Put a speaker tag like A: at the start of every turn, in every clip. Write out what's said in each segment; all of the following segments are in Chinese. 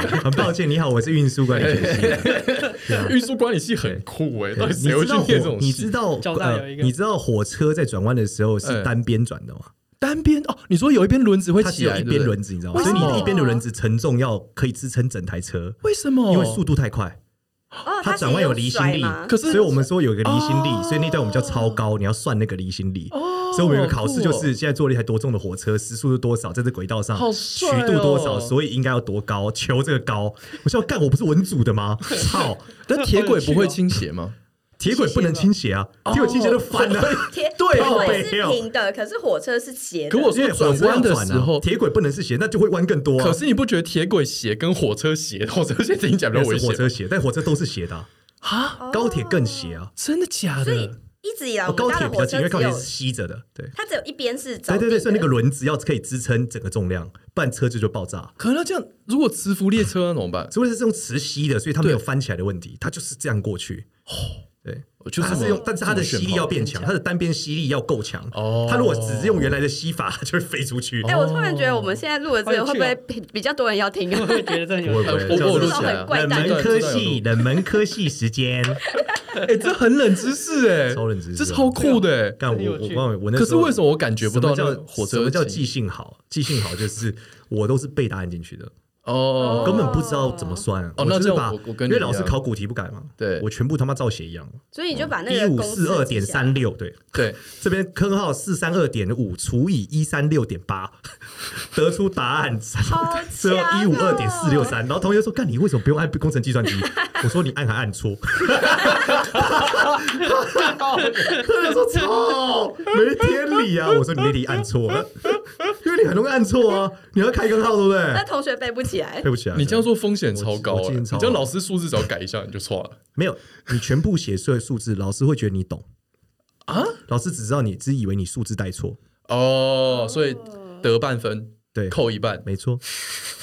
A: 很 抱歉，你好，我是运输管理 学系的。对啊
B: 运输管理系很酷哎、到底
A: 你
B: 谁会
A: 知
B: 去
A: 道
B: 念这
A: 火
B: 种，
A: 你知
B: 系？
A: 道
C: 交大有
A: 呃，
C: 一个
A: 你知道火车在转弯的时候是
B: 哎
A: 单边转的吗？
B: 单边哦，你说有一边轮子会
A: 它只
B: 起
A: 有
B: 来，
A: 一
B: 对不
A: 边
B: 对
A: 轮子，你知道吗？
B: 为
A: 所以
B: 什
A: 你
B: 么
A: 一边的轮子承重要可以支撑整台车，
B: 为什么？
A: 因为速度太快，
D: 哦，
A: 它转弯有离心力
D: 吗？
B: 可是
A: 所以我们说有一个离心
B: 哦
A: 力，所以那段我们叫超高，你要算那个离心力。
B: 哦，
A: 所以我们有一个考试，就
B: 好酷哦
A: 是现在坐了一台多重的火车，时速是多少，在这轨道上
B: 好
A: 曲
B: 帅哦
A: 度多少，所以应该要多高，求这个高。我说干，我不是文组的吗？操，
B: 但铁轨不
C: 好有
B: 会
C: 趣哦
B: 倾斜吗？
A: 铁轨不能倾斜啊，铁轨倾斜就翻了。
D: 铁
B: 对
D: 铁
A: 靠
D: 轨
A: 北
D: 是
A: 哦
D: 平的，可是火车是斜的。
B: 可我说
A: 因为火
B: 转
A: 车要
B: 弯的
A: 转
B: 时
A: 啊
B: 候，
A: 铁轨不能是斜，那就会弯更多啊。
B: 可是你不觉得铁轨斜跟火车斜，火车斜听起来比
A: 那
B: 较危
A: 是火
B: 险
A: 车斜，但火车都是斜的啊，
B: 啊？
A: 高铁更斜啊。
B: 真的假
D: 哦所以
B: 的？
D: 一直以来
A: 哦
D: 我们
A: 高
D: 搭
A: 铁
D: 的
A: 比较
D: 火
A: 轻，
D: 车
A: 因
D: 只
A: 为高铁是
D: 有
A: 吸着的，对。
D: 它只有一边是着
A: 对对
D: 地
A: 对，
D: 的
A: 所以那个轮子要可以支撑整个重量，不然车子就爆炸。
B: 可能这样，如果磁浮列车那怎么办？
A: 除非是这种磁吸的，所以它没有
B: 对
A: 翻起来的问题，它就是这样过去。对，
B: 我就是
A: 它是
B: 我
A: 用，但是它的吸力要变
C: 这
A: 强，
C: 么炫炮
A: 它的单边吸力要够强。
B: 哦
A: 它如果只是用原来的吸法，它就会飞出去。
D: 哎、我突然觉得我们现在录的这个会
C: 好有趣
D: 不
C: 哦
D: 会比比较多人要 听啊？
C: 我会觉得这很
A: 不
C: 有
A: 会
C: 趣。
A: 不会
B: 我我有录
D: 这种
B: 起来
D: 很
B: 了。
D: 怪
A: 冷
D: 诞的
A: 门科系，冷门科系时间，
B: 哎，这很冷知识哎，
A: 超冷知识啊
B: 这超酷的哎。
A: 但
C: 很
A: 我
C: 有
A: 我
C: 趣
A: 忘了我那
B: 可是
A: 时候
B: 为什么我感觉不到
A: 什
B: 那
A: 么
B: 个
A: 叫
B: 火
A: 什
B: 车
A: 么叫
B: 倾
A: 记性好？记性好就是我都是背答案进去的，
B: 哦？
A: 根本不知道怎么算。啊我
B: 哦那
A: 就是
B: 这样
A: 把
B: 我我跟
A: 因
B: 你
A: 为
B: 一样
A: 老师考古题不改嘛，
B: 对
A: 我全部他妈照写一样。
D: 所以你就把那
A: 一
D: 个
A: 五
D: 公式
A: 四二点三
D: 记
A: 六，对，
B: 对，
A: 这边根号四三二点五除以一三六点八， 得出答案。
D: 下来，
A: 是
D: 好强
A: 一五二
D: 哦
A: 点四六三，然后同学说：“干，你为什么不用按工程计算机？” 我说：“你按还按 错。”他就说：“操，没天理啊！”我说：“你那题按错了，因为你很容易按错啊，你要开根号对不
D: 那
A: 对
D: 同学背不起来？”
A: 对，不起啊，
B: 你这样
A: 说
B: 做风险超高
A: 我
B: 哎，
A: 记
B: 你
A: 性超好
B: 这样老师数字只要改一下你就错了
A: 没有，你全部写错数字，老师会觉得你懂，
B: 啊？
A: 老师只知道你只以为你数字带错，
B: 哦，所以得半分，
A: 对
B: 扣一半，
A: 没错，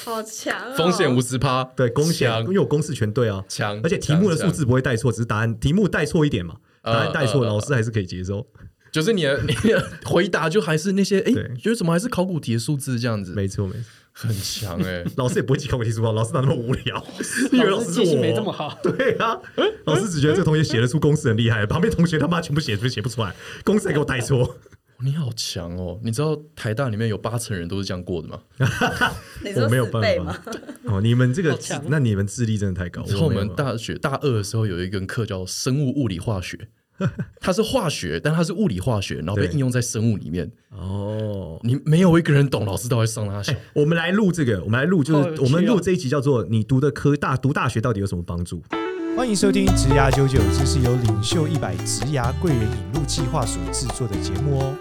D: 好强、哦，
B: 风险无十趴，
A: 对，公式
B: 强
A: 因为我公式全对啊，
B: 强，
A: 而且题目的
B: 强
A: 数字不会带错，只是答案题目带错一点嘛，答
B: 呃
A: 案带错，
B: 呃呃
A: 老师还是可以接受，
B: 就是你的 你的回答就还是那些，哎、
A: 对
B: 觉得怎么还是考古题的数字这样子，
A: 没错没错。
B: 很强哎、
A: 老师也不会记考古题书啊包，老师哪那么无聊？你以为老师是
C: 记性
A: 我？
C: 没这 么好，
A: 对啊，老师只觉得这个同学写得出公式很厉害，旁边同学他妈全部写出写不出来，公式还给我带错。
B: 你好强哦！你知道台大里面有八成人都是这样过的吗？
D: 你
A: 我
D: 说
A: 没有
D: 四倍
A: 办
D: 吗？
A: 法。哦，你们这个
C: 好强，
A: 那你们智力真的太高。
B: 然后我
A: 没有啊
B: 们
A: 办法
B: 大学大二的时候有一个课叫生物物理化学，它是化学，但它是物理化学，然后被
A: 对
B: 应用在生物里面。
A: 哦。
B: 你没有一个人懂，老师都会上他笑。
A: 哎我们来录这个，我们来录，就
C: 好有
A: 是
C: 趣哦
E: 啊
A: 我们录这一集叫做“你读的科大读大学到底有什么帮助
E: 欢迎收听《职涯九九》，这是由领袖一百职涯贵人引路计划所制作的节目哦。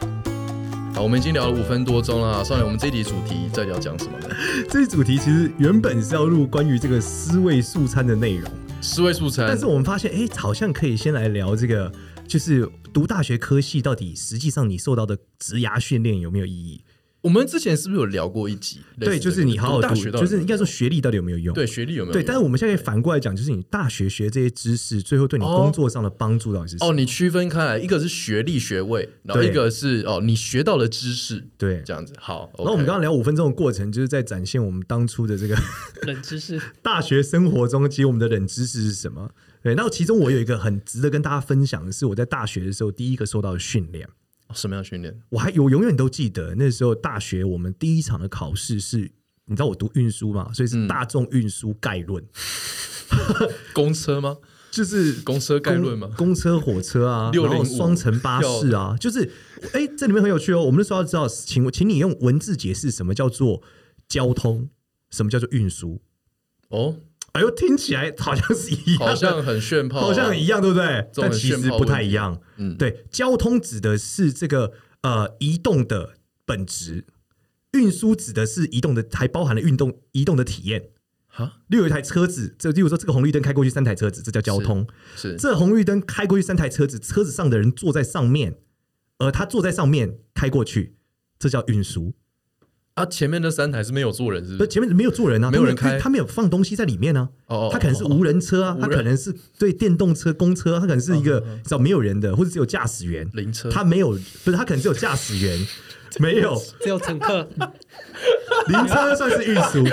B: 好，我们已经聊了五分多钟了，啊算了，我们这一题主题到底要讲什么呢？？”
A: 这一主题其实原本是要录关于这个思维素餐的内容，
E: 嗯
B: 思维速成，
A: 但是我们发现，哎、好像可以先来聊这个，就是读大学科系到底实际上你受到的职涯训练有没有意义？
B: 我们之前是不是有聊过一集？类
A: 对，
B: 似
A: 就是
B: 这个
A: 你好好读，
B: 读大学到
A: 就
B: 底有
A: 是
B: 没有
A: 应该说学历到底有没有用？
B: 对学历有没有用？
A: 对，但是我们现在可以反过来讲，就是你大学学这些知识，最后对你
B: 哦
A: 工作上的帮助到底是什么？
B: 哦，你区分开来，一个是学历学位，然后
A: 对
B: 一个是哦你学到的知识，
A: 对。
B: 这样子。好，
A: 然后我们刚
B: OK
A: 刚聊五分钟的过程，就是在展现我们当初的这个
C: 冷知识。
A: 大学生活中，其实我们的冷知识是什么？对，那其中我有一个很值得跟大家分享的是，我在大学的时候第一个受到的训练。
B: 哦什么样的训练？
A: 我还有永远都记得那时候大学我们第一场的考试是，你知道我读运输嘛，所以
B: 嗯
A: 是大众运输概论，
B: 公车吗？
A: 就是
B: 公车概论吗
A: 公公车、火车 啊，
B: 605
A: 然后双层巴士啊，就是哎、这里面很有趣哦。我们那时候要知道，请请你用文字解释什么叫做交通，什么叫做运输。
B: 哦，
A: 哎呦，听起来好像是一样的，
B: 好像很炫炮啊，
A: 好像很一样，对不对？
B: 这种
A: 但
B: 很
A: 其
B: 炫
A: 实
B: 炮
A: 不太
B: 问
A: 一
B: 题
A: 样。
B: 嗯，
A: 对，交通指的是这个呃移动的本质，运输指的是移动的，还包含了运动移动的体验。
B: 哈，
A: 例如一台车子，这例如说这个红绿灯开过去三台车子，这叫交通。
B: 是
A: 这红绿灯开过去三台车子，车子上的人坐在上面，而他坐在上面开过去，这叫运输。
B: 啊，前面那三台是没有坐人，是
A: 不
B: 不
A: 是
B: 是？
A: 前面没有坐人啊，
B: 嗯没有人
A: 他
B: 开
A: 他没有放东西在里面啊。
B: 哦哦
A: 他可能是无人车啊，
B: 无人
A: 他可能是对电动车、公车，他可能是一个
B: 哦哦哦
A: 叫没有人的，或者只有驾驶员。
B: 灵车，
A: 他没有，不是他可能只有驾驶员，没有
C: 只有乘客，
A: 灵车算是运 输，因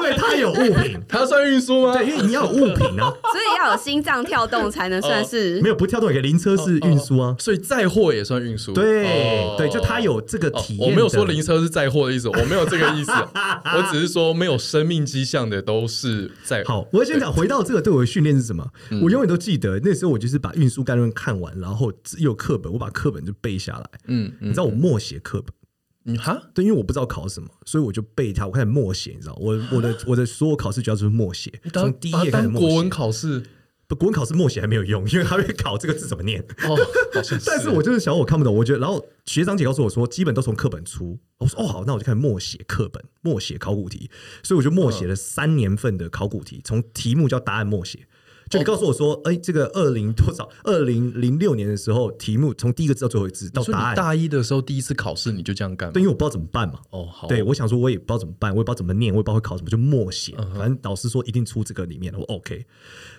A: 为它有物品。
B: 它算运输吗？
A: 对，因为你要有物品
B: 哦
A: 啊，
D: 所以要有心脏跳动才能
C: 哦
D: 算是
A: 没有不跳动，有个灵车是运输啊。
B: 所以载货也算运输。
A: 对
B: 哦
A: 对，就它有这个体验
B: 哦。
A: 的。
B: 我没有说灵车是载货的意思，我没有这个意思，啊 我只是说没有生命迹象的都是载。
A: 好，我先讲回到这个对我的训练是什么？
B: 嗯
A: 我永远都记得那时候我就是把运输概论看完，然后只有课本，我把课本就背下来。
B: 嗯
A: 你
B: 嗯
A: 知道我默写课本，
B: 嗯，哈，
A: 对，因为我不知道考什么，所以我就背它，我开始默写，你知道，我我 的我的所有考试主要就是默写，
B: 当
A: 从第一
B: 把它
A: 页开始
B: 当国
A: 默
B: 文
A: 写。
B: 考试，
A: 不国文考试默写还没有用，因为他会考这个字怎么念。
B: 哦，好 像啊
A: 但是我就是想我看不懂，我觉得，然后学长姐告诉我说，基本都从课本出。我说哦好，那我就开始默写课本，默写考古题，所以我就默写了三年份的考古题，从题目叫答案默写。就你告诉我说，哎、这个二零多少？二零零六年的时候，题目从第一个字到最后一个字到
B: 你说
A: 答
B: 你
A: 案，
B: 大一的时候第一次考试你就这样干吗？
A: 对，因为我不知道怎么办嘛。
B: 哦，好，
A: 对，我想说我也不知道怎么办，我也不知道怎么念，我也不知道会考什么，就默写。
B: 嗯
A: 反正老师说一定出这个里面的，我 OK。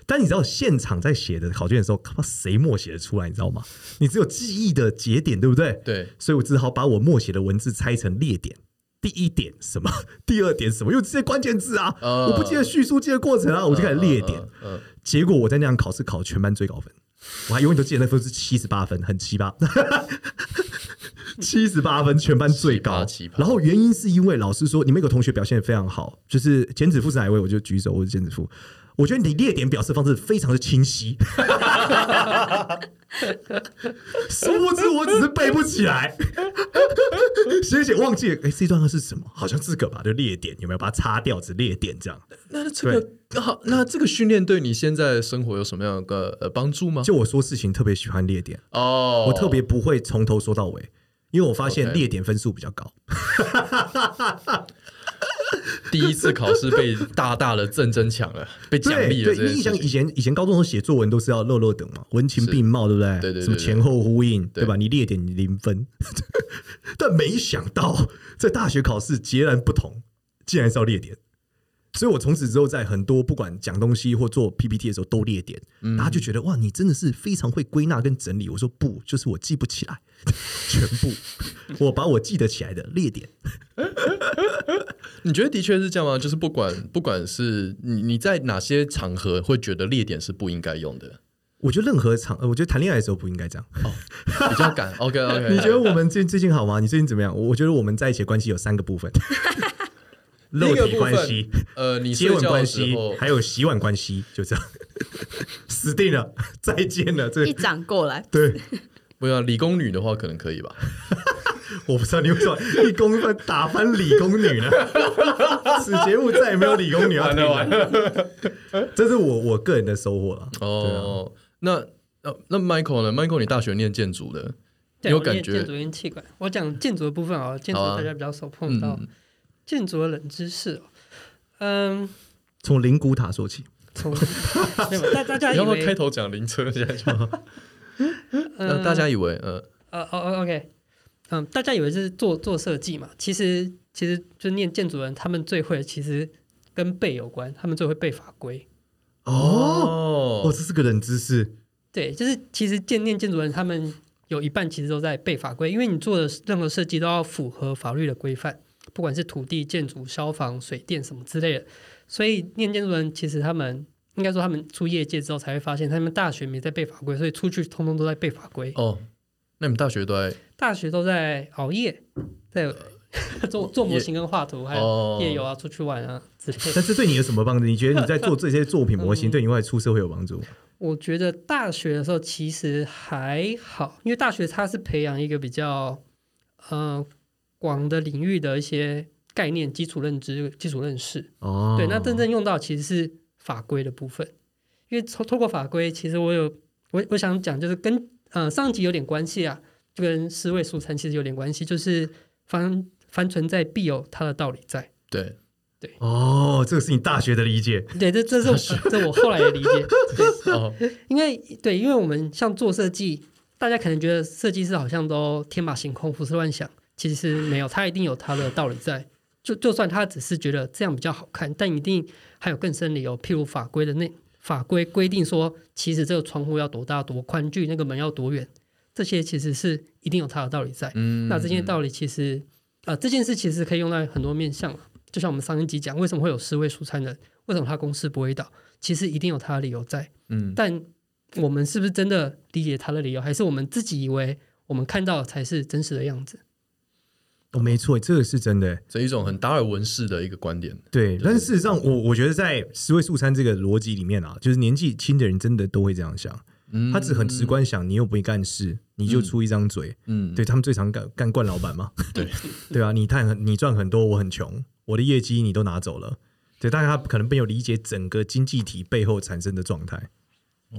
A: 但你知道现场在写的考卷的时候，他妈谁默写的出来？你知道吗？你只有记忆的节点，对不对？
B: 对
A: 所以我只好把我默写的文字拆成列点。第一点什么？第二点什么？因为这些关键字啊，
B: 呃
A: 我不记得叙述记得过程啊，我就开始列点。
B: 嗯，嗯
A: 结果我在那样考试考全班最高分，我还永远都记得那分是七十八分，很奇葩， 七十八分全班最高
B: 奇葩奇葩。
A: 然后原因是因为老师说你们有个同学表现的非常好，就是剪指腹是哪一位，我就举手，我是剪指腹。我觉得你列点表示方式非常的清晰，殊不知我只是背不起来，写一写忘记了，哎、这段是什么？好像是个吧，就列点有没有把它擦掉，只列点这样。
B: 那这个好，那这个训练对你现在的生活有什么样的呃帮助吗？
A: 就我说事情特别喜欢列点，
B: 哦，
A: 我特别不会从头说到尾，因为我发现
B: OK
A: 列点分数比较高。
B: 第一次考试被大大的正增强了，被奖
A: 对
B: 励了这
A: 对，
B: 件
A: 你
B: 事
A: 想以
B: 情。
A: 前以前高中时候写作文都是要漏漏等嘛，文情并茂，对不对？
B: 对对对
A: 什么前后呼应，
B: 对
A: 对吧？你列点你零分， 但没想到在大学考试截然不同，竟然是要列点。所以我从此之后，在很多不管讲东西或做 PPT 的时候都列点，大家就觉得哇，你真的是非常会归纳跟整理。我说不，就是我记不起来 全部，我 把我记得起来的列点。
B: 你觉得的确是这样吗？就是不管不管是你你在哪些场合会觉得列点是不应该用的，
A: 我觉得任何场，呃我觉得谈恋爱的时候不应该这样。
B: 比较 敢。OK OK，
A: 你觉得我们最最近好吗？你最近怎么样？我我觉得我们在一起的关系有三个 部分：
B: 第
A: 肉
B: 一个
A: 体
B: 部
A: 关
B: 分
A: 系、
B: 呃，你
A: 接
B: 睡
A: 吻
B: 觉的
A: 关
B: 时
A: 系
B: 候，
A: 还有洗碗关系，就这样， 死定了，再见了。
D: 一
A: 这
D: 掌过来。
A: 对，
B: 不要啊理工女的话可能可以吧？
A: 我不知道你为什么一公分打翻理工女了。 此节目再也没有理工女要听了，
B: 了。
A: 这是我我个人的收获了。
B: 哦，
A: 啊
B: 那那那 Michael 呢？Michael，你大学念建筑的，你
C: 对
B: 有
C: 我念
B: 感觉
C: 建筑跟气管，我讲建筑的部分哦，建筑
B: 好啊
C: 大家比较少碰到，
B: 嗯，
C: 建筑的冷知识、哦，嗯，
A: 从灵骨塔说起，
C: 从没有大大家
B: 你
C: 以
B: 要不
C: 为
B: 要开头讲灵车？现在就
C: 嗯
B: 呃大家以为呃，
C: 呃哦哦 OK，嗯，大家以为是做做设计嘛，其实其实就念建筑人，他们最会的其实跟背有关，他们最会背法规。
A: 哦，哦，
B: 哦，
A: 这是个冷知识，
C: 对，就是其实建念建筑人他们有一半其实都在背法规，因为你做的任何设计都要符合法律的规范，不管是土地、建筑、消防、水电什么之类的。所以念建筑人其实他们应该说他们出业界之后才会发现，他们大学没在背法规，所以出去通通都在背法规，
B: 哦，那你们大学都在
C: 大学都在熬夜，在 做做模型跟画图，还有
B: 哦，
C: 夜游啊、出去玩啊之类的。
A: 但这对你有什么帮助？你觉得你在做这些作品
C: 嗯
A: 模型，对你未来出社会有帮助吗？
C: 我觉得大学的时候其实还好，因为大学它是培养一个比较呃广的领域的一些概念、基础认知、基础认识。
A: 哦，
C: 对，那真正用到其实是法规的部分，因为透透过法规，其实我有我我想讲就是跟呃上集有点关系啊，就跟尸位素餐其实有点关系，就是凡凡存在必有它的道理在。
B: 对，
A: 哦，这个是你大学的理解。
C: 对，这这是我这我后来的理解。对，
B: 哦，
C: 因为对，因为我们像做设计，大家可能觉得设计师好像都天马行空、胡思乱想，其实没有，他一定有他的道理在。就就算他只是觉得这样比较好看，但一定还有更深理由，譬如法规的那法规规定说，其实这个窗户要多大、多宽，距那个门要多远，这些其实是一定有它的道理在。
B: 嗯
C: 那这些道理其实呃，这件事其实可以用在很多面向啊就像我们上一集讲，为什么会有尸位蔬餐人，为什么他公司不会倒，其实一定有他的理由在。
B: 嗯，
C: 但我们是不是真的理解他的理由，还是我们自己以为我们看到的才是真实的样子？
A: 哦，没错，这个是真的。
B: 这一种很达尔文式的一个观点，
A: 对，但事实上，我我觉得在十位素餐这个逻辑里面啊，就是年纪轻的人真的都会这样想，
B: 嗯，
A: 他只很直观想，你又不会干事，你就出一张嘴。
B: 嗯，
A: 对他们最常干干惯老板嘛，
B: 对
A: 对啊，你赚很你赚很多，我很穷，我的业绩你都拿走了。对，大家可能没有理解整个经济体背后产生的状态。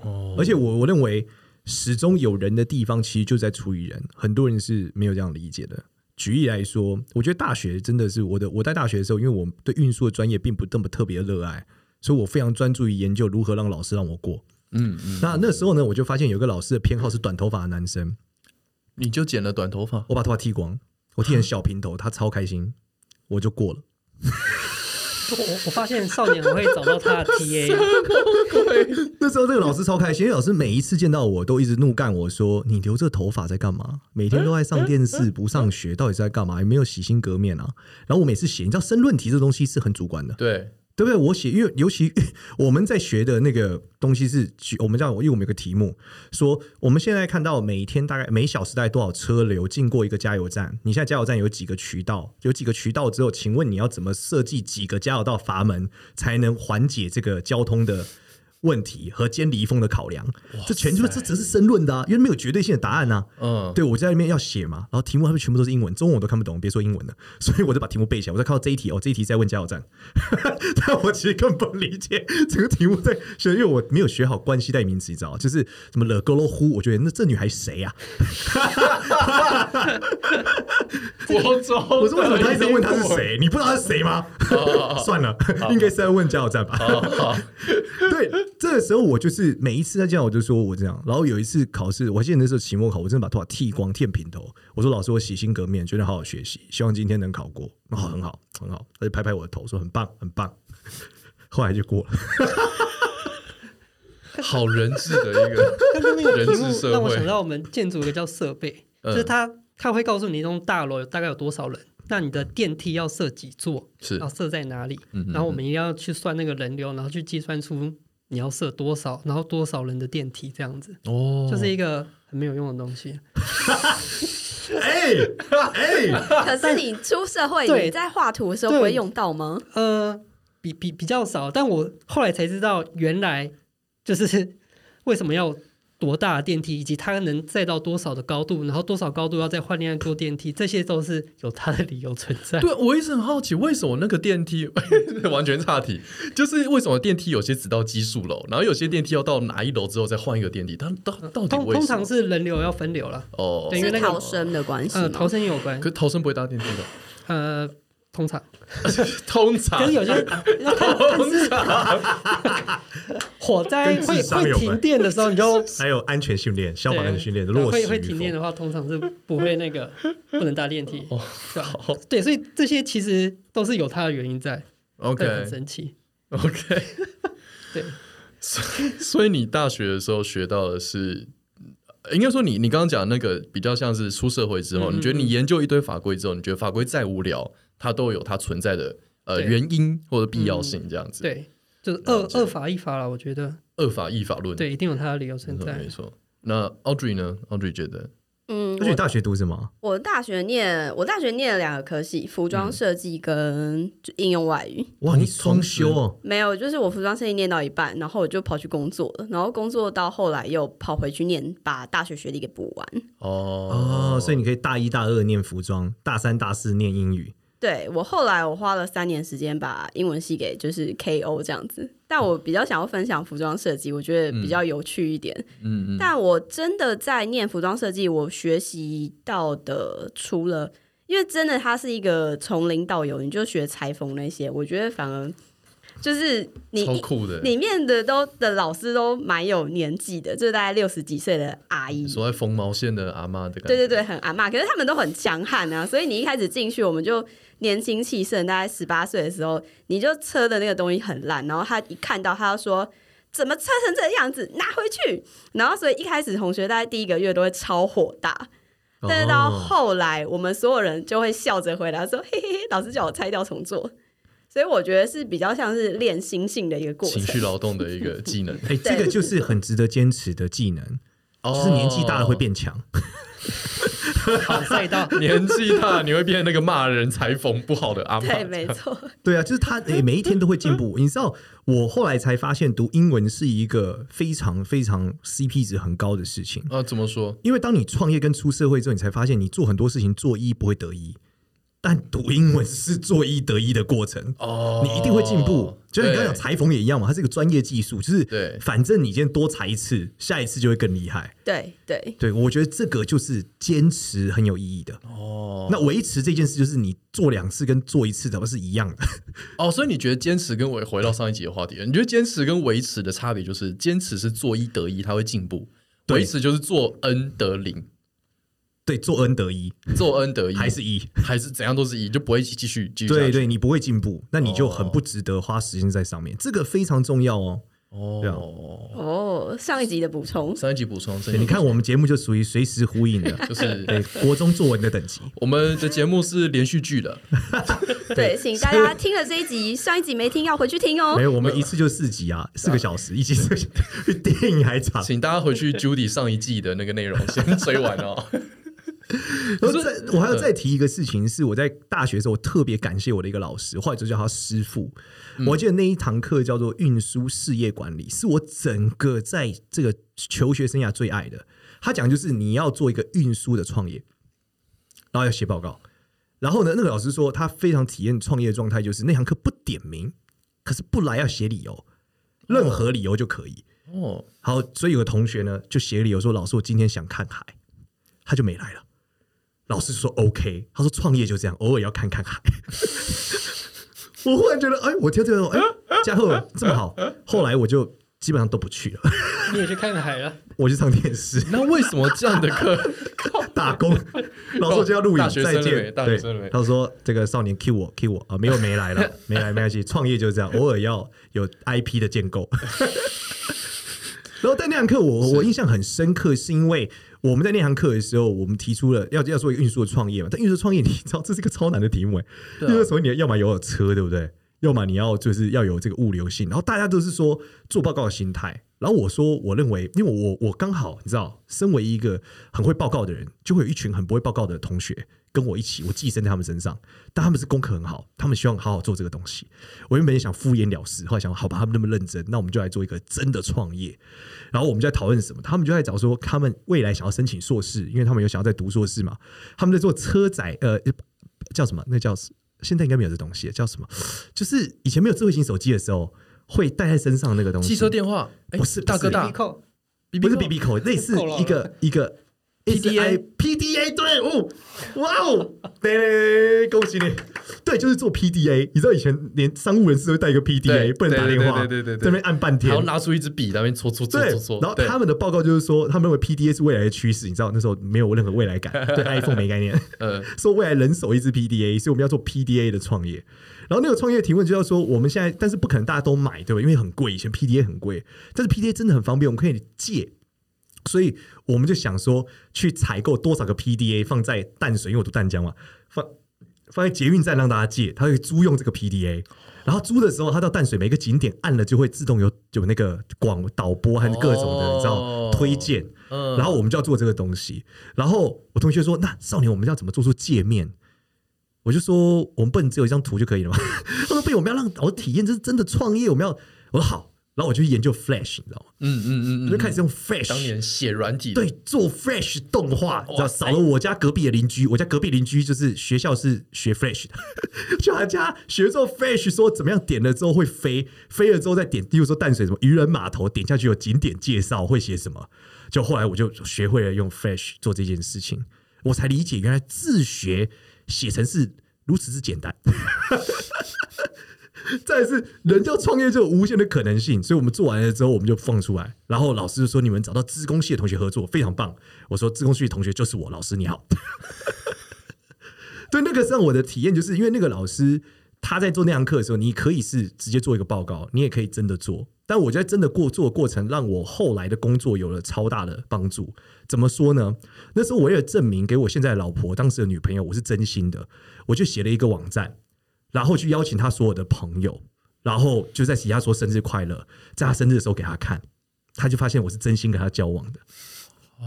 B: 哦，
A: 而且我我认为，始终有人的地方，其实就在处于人。很多人是没有这样理解的。举例来说，我觉得大学真的是我的。我在大学的时候，因为我对运输的专业并不那么特别热爱，所以我非常专注于研究如何让老师让我过。
B: 嗯嗯，
A: 那那时候呢，我就发现有个老师的偏好是短头发的男生，
B: 你就剪了短头发，
A: 我把头发剃光，我剃成小平头，他超开心，我就过了。
C: 我我发现少年很会找到他的 TA，
A: 那时候这个老师超开心，因为老师每一次见到我都一直怒干我说：“你留这头发在干嘛？每天都在上电视不上学，到底是在干嘛？有没有洗心革面啊？”然后我每次写，你知道申论题这东西是很主观的，
B: 对，
A: 对不对？我写，因为尤其 我们在学的那个东西是，我们这样，因为我们有个题目说，我们现在看到每天大概每小时大概多少车流经过一个加油站，你现在加油站有几个渠道？有几个渠道之后，请问你要怎么设计几个加油道阀门，才能缓解这个交通的？问题和监离峰的考量，这全就是这只是申论的、啊，因为没有绝对性的答案啊。
B: 嗯，
A: 对，我在那边要写嘛，然后题目他们全部都是英文，中文我都看不懂，别说英文了， 所以我就把题目背起来。我再看到这一题，哦，这一题在 问加油站，但我其实根本不理解这个题目在学，因为我没有学好关系代名词，你知道吗，就是什么了勾喽呼，我觉得那这女孩谁啊呀、
B: 我操，
A: 我说为什么他一直在问她是？谁？你不知道她是谁吗？
C: 哦
A: 算了，应该是在问加油站吧。 对，这个时候我就是每一次在这样，我就说我这样。然后有一次考试，我还记得那时候期末考，我真的把头发剃光、剃平头。我说老师，我洗心革面，决定好好学习，希望今天能考过。然后很好，很好，他就拍拍我的头说很棒，很棒。 后来就过了。
B: 好人质的一个，
C: 但是那个题
B: 人治
C: 目
B: 社
C: 让我
B: 会
C: 想到我们建筑有一个叫设备，
B: 嗯
C: 就是它它会告诉你一栋大楼有大概有多少人，那你的电梯要设几座，
B: 是
C: 然后设在哪里
B: 嗯嗯，
C: 然后我们一定要去算那个人流，然后去计算出你要设多少，然后多少人的电梯这样子，
B: 哦，
C: 就是一个很没有用的东西。
A: 哎哎，
D: 可是你出社会，
C: 对
D: 你在画图的时候不会用到吗？
C: 呃，比比比较少，但我后来才知道，原来就是 为什么要多大的电梯，以及它能载到多少的高度，然后多少高度要再换另外一座电梯，这些都是有它的理由存在。
B: 对，我一直很好奇，为什么那个电梯 完全岔题？就是为什么电梯有些只到奇数楼，然后有些电梯要到哪一楼之后再换一个电梯？它到到底
C: 通
B: 为
C: 通
B: 什
C: 常
B: 么？
C: 是人流要分流了，
B: 哦，啊
C: 对因为
D: 是
C: 那个
D: 逃生的关系
C: 呃，逃
D: 吗？
C: 生也有关
B: 可，逃生不会搭电梯 的，
C: 呃，通常，
B: 通常
C: 可是 有些要看
B: 通常
C: 火灾
A: 跟
C: 会
A: 智商
C: 会
A: 有
C: 停
A: 关
C: 电的时候，你就
A: 还有安全训练、消防安全训练的
C: 对
A: 落实
C: 会会
A: 与
C: 停
A: 否
C: 电的话，通常是不会 那个不能搭电梯，
B: 哦
C: 对吧对，所以这些其实都是有它的原因在，对，很
B: ，OK
C: 神奇，
B: OK，
C: 对。
B: 所以 你大学的时候学到的是，应该说你你刚刚讲那个比较像是出社会之后，
C: 嗯嗯
B: 你觉得你研究一堆法规之后，你觉得法规再无聊，它都有它存在的呃
C: 对嗯
B: 原因或者必要性这样子。，
C: 对，就是
B: 了
C: 二
B: 解
C: 二法一法了，我觉得
B: 二法一法论，
C: 对，一定有它的理由
B: 没
C: 存
B: 错，
C: 在
B: 没。错。那 Audrey 呢？Audrey 觉得
D: 嗯，
A: 而且
D: 我
A: 大学读什么？
D: 我大学念我大学念了两个科系，服装设计跟应用外语。
A: 哇，你双修哦！
D: 没有，就是我服装设计念到一半，然后我就跑去工作了，然后工作到后来又跑回去念，把大学学历给补完。
B: 哦
A: 哦，所以你可以大一、大二念服装，大三、大四念英语。
D: 对我后来我花了三年时间把英文系给就是 KO 这样子，但我比较想要分享服装设计，我觉得比较有趣一点。
B: 嗯嗯
D: 但我真的在念服装设计，我学习到的除了，因为真的它是一个从零到有，你就学裁缝那些，我觉得反而就是你
B: 超
D: 一
B: 酷的。
D: 里面的都的老师都蛮有年纪的，就是大概六十几岁的阿姨
B: 你。说在缝毛线的阿妈的感觉，
D: 对对对，很阿嬷，可是他们都很强悍啊，所以你一开始进去，我们就年轻气盛，大概十八岁的时候，你就车的那个东西很烂，然后他一看到，他就说怎么车成这个样子，拿回去。然后所以一开始同学大概第一个月都会超火大，
B: 哦
D: 但是到后来，我们所有人就会笑着回答说：“嘿嘿嘿，老师叫我拆掉重做。”所以我觉得是比较像是练心性的一个过程
B: 情。绪劳动的一个技能，
A: 哎，这个就是很值得坚持的技能，就是年纪大了会变强。
C: 好赛道，
B: 年纪大， 你会变那个骂人、裁缝不好的阿妈。
D: 对，没错，
A: 对啊，就是他诶、每一天都会进步。你知道，我后来才发现，读英文是一个非常非常 CP 值很高的事情。
B: 啊，怎么说？
A: 因为当你创业跟出社会之后，你才发现你做很多事情做一不会得一，但读英文是做一得一的过程，
B: 哦
A: 你一定会进步。就像你刚刚讲
B: 对
A: 裁缝也一样嘛，它是一个专业技术，就是
B: 对
A: 反正你今天多裁一次，下一次就会更厉害。
D: 对对
A: 对我觉得这个就是坚持很有意义的。
B: 哦
A: 那维持这件事，就是你做两次跟做一次怎么是一样的？
B: 哦，所以你觉得坚持跟维回到上一集的话题，你觉得坚持跟维持的差别就是，坚持是做一得一，它会进步；
A: 对
B: 维持就是做 n 得零，
A: 对，做 N 得一
B: 做 n 得一
A: 还是一。
B: 还是怎样都是一，就不会继继续继续下
A: 对
B: 去。
A: 对，你不会进步，那你就很
B: 哦
A: 不值得花时间在上面，这个非常重要哦。对啊
B: 哦，
D: 哦，上一集的补充，
B: 上一集补充，上一
A: 对
B: 集
A: 你看，我们节目就属于随时呼应的，
B: 就
A: 对
B: 是
A: 国中作文的等级。
B: 我们的节目是连续剧的，
D: 对，请大家听了这一集，上一集没听要回去听哦
A: 没。有，我们一次就四集啊，四个小时，一集四个小时， 比电影还长。
B: 请大家回去 Judy 上一季的那个内容先追完哦。
A: 然后再，我还要再提一个事情，是我在大学的时候，我特别感谢我的一个老师，后来就叫他师傅。我记得那一堂课叫做运输事业管理，是我整个在这个求学生涯最爱的。他讲就是你要做一个运输的创业，然后要写报告。然后呢，那个老师说他非常体验创业状态，就是那堂课不点名，可是不来要写理由，任何理由就可以。
B: 哦，
A: 好，所以有个同学呢就写理由说：“老师，我今天想看海。”他就没来了。老师说 OK，他说创业就这样，偶尔要看看海。 我忽然觉得，哎，我听这个，哎，嘉禾这么好。后来我就基本上都不去了，
C: 你也去看 海了，
A: 我去上电视
B: 那为什么这样的课？
A: 打工。老师我就要录影，
B: 大学生
A: 再
B: 了
A: 见
B: 没。大学
A: 对
B: 生了没，
A: 他说这个少年 Q 我 Q 我啊，没有没 来了，没来没关系，创业就是这样，偶尔要有 IP 的建 构。然后在那堂课我，我印象很深刻，是因为我们在那堂课的时候，我们提出了要要做一个运输的创业嘛。但运输创业，你知道这是一个超难的题目哎、
B: 对啊
A: 因为所以你要么要有车，对不对？要么你要就是要有这个物流性。然后大家都是说做报告的心态。然后我说，我认为，因为我我刚好你知道，身为一个很会报告的人，就会有一群很不会报告的同学跟我一起，我寄生在他们身上。但他们是功课很好，他们希望好好做这个东西。我原本也想敷衍了事，后来想，好吧，他们那么认真，那我们就来做一个真的创业。然后我们就在讨论什么，他们就在找说他们未来想要申请硕士，因为他们有想要在读硕士嘛，他们在做车载呃叫什么？那叫现在应该没有这东西，叫什么？就是以前没有智慧型手机的时候，会带在身上那个东西，
B: 汽车电 话，哎
A: 不是
B: 大哥
A: 啊
B: 大
C: 你扣
B: ，B
A: 不是 BB 口，类似
C: 够了
A: 一个一个
B: PDA
A: PDA 对哦，哇哦， 对，恭喜你，对，就是做 PDA。你知道以前连商务人士都会带一个 PDA，
B: 对
A: 不能打电话，
B: 对对对对对对
A: 在那边按半天
B: 还要。拿出一支笔在那边戳戳戳
A: 对
B: 戳戳，，
A: 然后
B: 对
A: 他们的报告就是说，他们认为 PDA 是未来的趋势。你知道那时候没有任何未来 感，对 iPhone 没概念。
B: 呃
A: 说未来人手一支 PDA，所以我们要做 PDA 的创业。然后那个创业提问就要说，我们现在但是不可能大家都买，对吧？因为很贵，以前 PDA 很贵，但是 PDA 真的很方便，我们可以借。所以我们就想说，去采购多少个 PDA 放在淡水，因为我读淡江嘛，放放在捷运站让大家借，他会租用这个 PDA。然后租的时候，他到淡水每个景点按了就会自动有有那个广导播和各种的，你知道
B: 哦
A: 推荐。
B: 嗯，
A: 然后我们就要做这个东西。然后我同学说：“那少年，我们要怎么做出界面？”我就说：“我们不能只有一张图就可以了吗？” 他说：“不行，我们要让我体验这是真的创业，我们要。”我说：“好。”然后我就研究 Flash，你知道吗？
B: 嗯嗯嗯，
A: 我就开始
B: 嗯
A: 用
B: 当
A: Flash，
B: 年写软体的
A: 对，做 Flash 动画，你知道，
B: 哇塞
A: 少了我家隔壁的邻居，我家隔壁邻居就是学校是学 Flash 的， 就他家学做 Flash，说怎么样点了之后会飞，飞了之后再点，例如说淡水什么渔人码头，点下去有景点介绍，会写什么。就后来我就学会了用 Flash 做这件事情，我才理解原来自学写程式如此之简单。 再来是人要创业就有无限的可能性，所以我们做完了之后，我们就放出来。然后老师就说：“你们找到资工系的同学合作，非常棒。”我说：“资工系的同学就是我，老师你好。” 对，那个时候我的体验就是因为那个老师他在做那堂课的时候，你可以是直接做一个报告，你也可以真的做，但我觉得真的过做的过程，让我后来的工作有了超大的帮助。怎么说呢？那时候我为了证明给我现在的老婆、当时的女朋友我是真心的，我就写了一个网站，然后去邀请她所有的朋友，然后就在底下说生日快乐，在她生日的时候给她看，她就发现我是真心跟她交往的。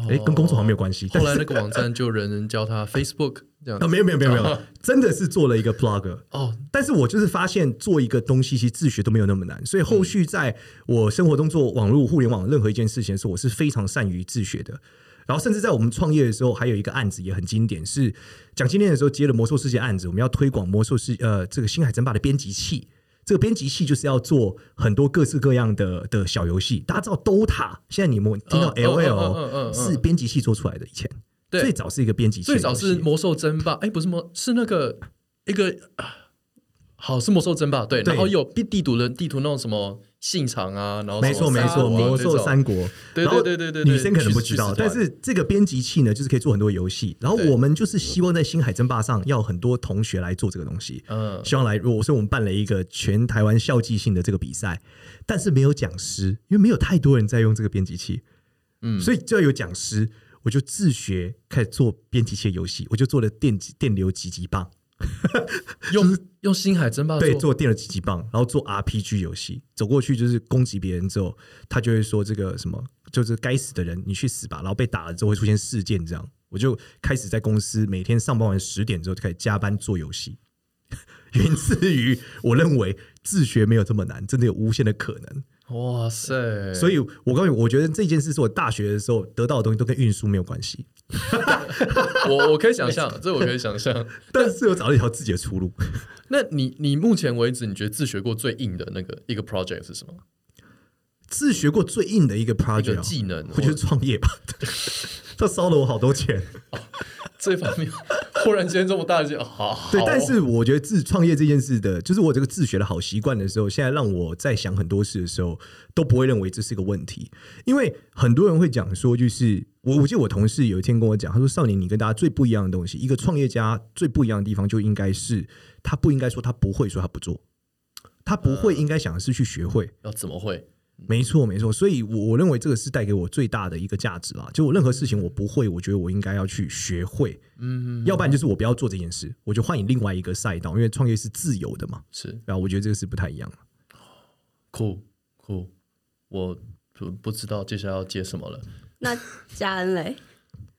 A: 哎、跟工作好像没有关系。
B: 哦后
A: 但
B: 来
A: 是
B: 那个网站就人人叫他 Facebook 这样
A: 啊，没有没有没有没有，真的是做了一个 blogger。
B: 哦，
A: 但是我就是发现做一个东西，其实自学都没有那么难，所以后续在我生活中做网络互联网任何一件事情的时候，我是非常善于自学的。然后甚至在我们创业的时候，还有一个案子也很经典，是讲经验的时候接了魔兽世界案子，我们要推广魔兽世呃这个星海争霸的编辑器。这个编辑器就是要做很多各式各样的的小游戏，大家知道 DOTA，现在你们听到
B: 嗯嗯嗯
A: L
B: 嗯嗯
A: L
B: 嗯
A: 是编辑器做出来的，以前
B: 对
A: 最早是一个编辑器的
B: 最
A: 游戏，
B: 早是魔兽争霸，哎，不是魔，是那个一个啊好是魔兽争霸，对，
A: 对
B: 然后有地地图的地图那种什么信长啊，然后
A: 没错没错，魔兽
B: 三
A: 三国，
B: 对
A: 然后
B: 对对对对对
A: 女生可能不知
B: 去
A: 道，
B: 去
A: 但
B: 死团
A: 是这个编辑器呢，就是可以做很多游戏。然后
B: 对
A: 我们就是希望在星海争霸上要很多同学来做这个东西，
B: 嗯
A: 希望来，我所以我们办了一个全台湾校际性的这个比赛，但是没有讲师，因为没有太多人在用这个编辑器，
B: 嗯，
A: 所以就要有讲师。我就自学开始做编辑器的游戏，我就做了电极电流极极棒，
B: 用用星海争霸
A: 对，做电流极极棒，然后做 RPG 游戏，走过去就是攻击别人之后，他就会说这个什么，就是该死的人，你去死吧。然后被打了之后会出现事件，这样我就开始在公司每天上班完十点之后就开始加班做游戏， 源自于我认为自学没有这么难，真的有无限的可能。
B: 哇塞，
A: 所以我告诉你，我觉得这件事是我大学的时候得到的东西都跟运输没有关系，
B: 我我可以想象，这我可以 想象。
A: 但是我找到一条自己的出路。
B: 那你你目前为止，你觉得自学过最硬的那个一个 project 是什么？
A: 自学过最硬的一个
B: 一个
A: project，啊
B: 技能或
A: 我觉得
B: 者
A: 创业吧， 这烧了我好多钱。
B: 这方 面，忽然间这么大一件，好，好
A: 对，但是我觉得自创业这件事的，就是我这个自学的好习惯的时候，现在让我在想很多事的时候，都不会认为这是个问题，因为很多人会讲说，就是我我记得我同事有一天跟我讲，他说：“少年，你跟大家最不一样的东西，一个创业家最不一样的地方，就应该是他不应该说他不会，说他不做，他不会应该想的是去学会。”
B: 要怎么会？
A: 没错，没错，所以我我认为这个是带给我最大的一个价值啊啦。就我任何事情我不会，我觉得我应该要去学会，
B: 嗯，
A: 要不然就是我不要做这件事，我就换以另外一个赛道，因为创业是自由的嘛。
B: 是
A: 然后我觉得这个是不太一样的。
B: 酷酷，我不不知道接下来要接什么了。
D: 那嘉恩嘞，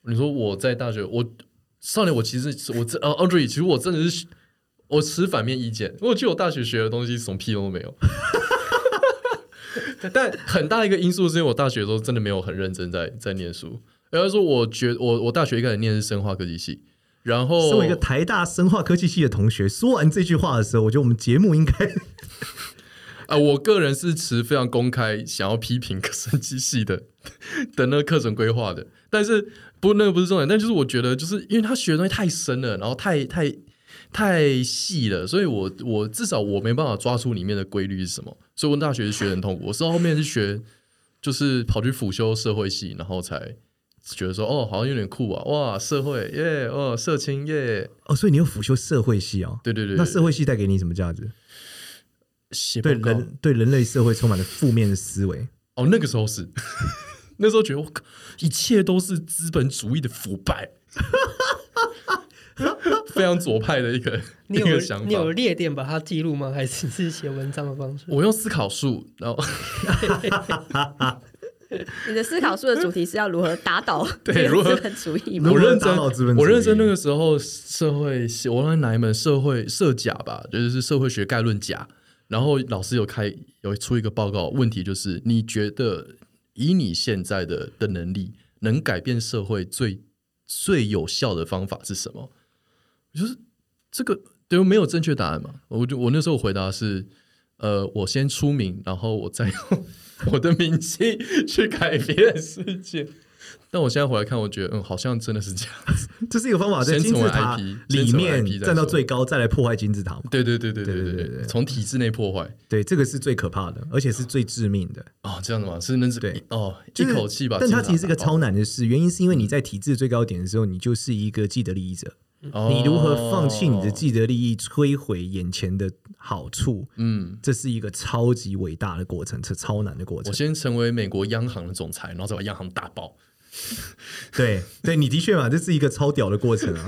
B: 你说我在大学，我少年，我其实是我这呃 a n d r e 其实我真的是我持反面意见，我觉得我大学学的东西什么屁用都没有。 但很大一个因素是因为我大学的时候真的没有很认真在在念书。然后说，我觉我我大学一开始念的是生化科技系，然后
A: 作为一个台大生化科技系的同学，说完这句话的时候，我觉得我们节目应该
B: 啊、我个人是持非常公开想要批评 课生机系的的那个课程规划的，但是不，那个不是重点，但就是我觉得，就是因为他学的东西太深了，然后太太太细了，所以我我至少我没办法抓出里面的规律是什么，所以我大学学得很痛苦，我是到后面是学就是跑去辅修社会系，然后才觉得说哦，好像有点酷啊，哇，社会耶，哦，社青耶，
A: 哦，所以你有辅修社会系哦。
B: 对对对，
A: 那社会系带给你什么价值？
B: 写
A: 对
B: 报告
A: 人对人类社会充满了负面的思维。
B: 哦，那个时候是， 那时候觉得我靠，一切都是资本主义的腐败， 非常左派的一个
C: 你
B: 一
C: 有
B: 个想
C: 你有
B: 法。
C: 列点把它记录吗？还是你是写文章的方式？
B: 我用思考术，然后
D: 你的思考书的主题是要如何打倒
B: 对如何
D: 资本主义吗
A: 如？
B: 我
A: 何
B: 认
A: 打
B: 真
A: 倒资本，主义
B: 我认真那个时候社会系，我忘记哪一门社会社甲吧，就是社会学概论甲。然后老师有开有出一个报告，问题就是你觉得以你现在的的能力，能改变社会最最有效的方法是什么？就是这个对没有正确答案嘛？我就我那时候回答是，呃，我先出名，然后我再用 我的名气去改变世界。但我现在回来看，我觉得嗯，好像真的是这样。
A: 这是一个方法，在
B: 先
A: 金
B: 成
A: 字
B: 为
A: 塔
B: IP 先
A: 里
B: 成为
A: 面
B: IP 再
A: 站到
B: 说
A: 最高，再来破坏金字塔嘛。
B: 对对对对对
A: 对对
B: 对对
A: 对
B: 对，从体制内破坏
A: 对，这个是最可怕的，而且是最致命的。
B: 哦，这样子嘛，是那是
A: 对
B: 哦，一
A: 就是
B: 口气把
A: 但
B: 金字塔打爆。嗯
A: 它其实是个超难的事，原因是因为你在体制最高点的时候，你就是一个既得利益者，
B: 哦
A: 你如何放弃你的既得利益，摧毁眼前的好处？
B: 嗯，
A: 这是一个超级伟大的过程，是超难的过
B: 我
A: 程。
B: 先成为美国央行的总裁，然后再把央行打爆。
A: 对，对你的确嘛，这是一个超屌的过程啊。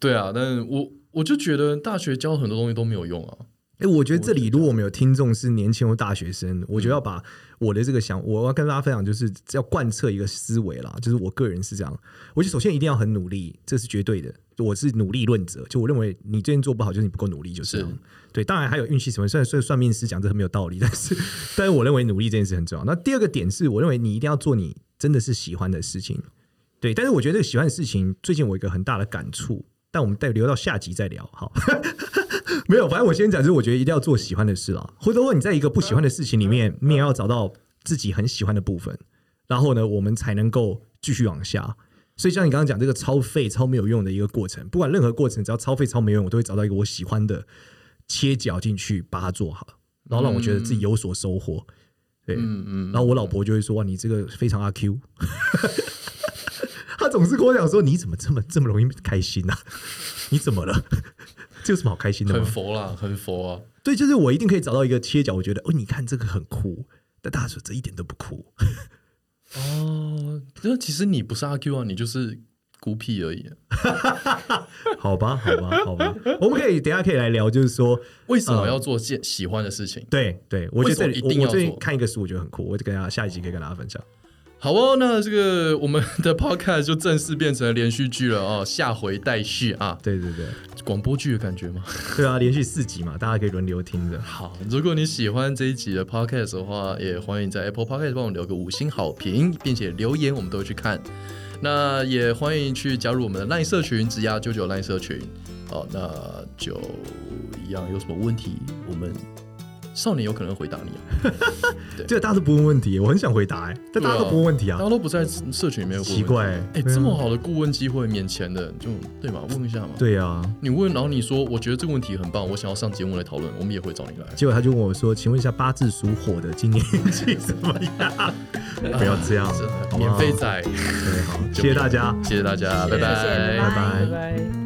B: 对啊，但我我就觉得大学教很多东西都没有用啊。
A: 哎、我觉得嗯这里如果我们有听众是年轻或大学生，我就要把我的这个想，我要跟大家分享，就是要贯彻一个思维啦，就是我个人是这样，我就首先一定要很努力，这是绝对的，我是努力论者，就我认为你最近做不好，就是你不够努力，就是这样
B: 是
A: 对。当然还有运气什么，虽然虽然算命师讲这很没有道理，但是 但是我认为努力这件事很重要。那第二个点是我认为你一定要做你真的是喜欢的事情，对。但是我觉得这个喜欢的事情，最近我有一个很大的感触，但我们待留到下集再聊，好。没有，反正我先讲，就是我觉得一定要做喜欢的事啦。或者说你在一个不喜欢的事情里
B: 嗯
A: 面，你也要找到自己很喜欢的部分，然后呢，我们才能够继续往下。所以像你刚刚讲这个超费、超没有用的一个过程，不管任何过程，只要超费、超没有用，我都会找到一个我喜欢的切角进去，把它做好，然后让我觉得自己有所收获。对，
B: 嗯嗯，
A: 然后我老婆就会说：“哇，你这个非常阿 Q。” 她总是跟我讲说：“你怎么这么这么容易开心呢、啊？你怎么了？这有什么好开心的
B: 很
A: 吗？”
B: 佛啦，很佛啊。
A: 对，就是我一定可以找到一个切角，我觉得哦，你看这个很酷，但大家说这一点都不酷。
B: 哦，那其实你不是阿 Q 啊，你就是孤僻而已啊、
A: 好吧，好吧，好吧，我们可以等一下可以来聊，就是说，
B: 为什
A: 嗯
B: 么要做件喜欢的事情？
A: 对对，我觉得这
B: 为
A: 里
B: 什么一定
A: 我
B: 要
A: 我最近
B: 做
A: 看一个书，我觉得很酷，我就跟大家下一集可以跟大家分享。
B: 好哦，那这个我们 的 podcast 就正式变成连续剧了哦，下回待续啊，
A: 对对对，
B: 广播剧的感觉 吗？
A: 对啊，连续四集嘛，大家可以轮流听着。
B: 好，如果你喜欢这一集的 podcast 的话，也欢迎在 Apple Podcast 帮我们留个五星好评，并且留言，我们都会去看。那也欢迎去加入我们的 LINE 社群，直压九九 LINE 社群。好，那就一样，有什么问题，我们少年有可能会回答你、 啊。
A: 这个大家都不问问题，我很想回答、欸，但大家都不问问题啊
B: 大，家都不在社群里面，
A: 奇。怪、欸。
B: 哎、
A: 对啊
B: 这么好的顾问机会，免钱的，就对嘛？问一下嘛。
A: 对啊，
B: 你问，然后你说，我觉得这个问题很棒，我想要上节目来讨论，我们也会找你来。
A: 结果他就问我说：“请问一下，八字属火的今年运气怎么 样？”不要这样，
B: 真的
A: 好不
B: 免
A: 好
B: 费仔，
A: 对，好，谢谢大家。
B: 谢谢大家，拜
D: 谢谢
B: 拜，
D: 拜
A: 拜
D: 拜
C: 拜拜。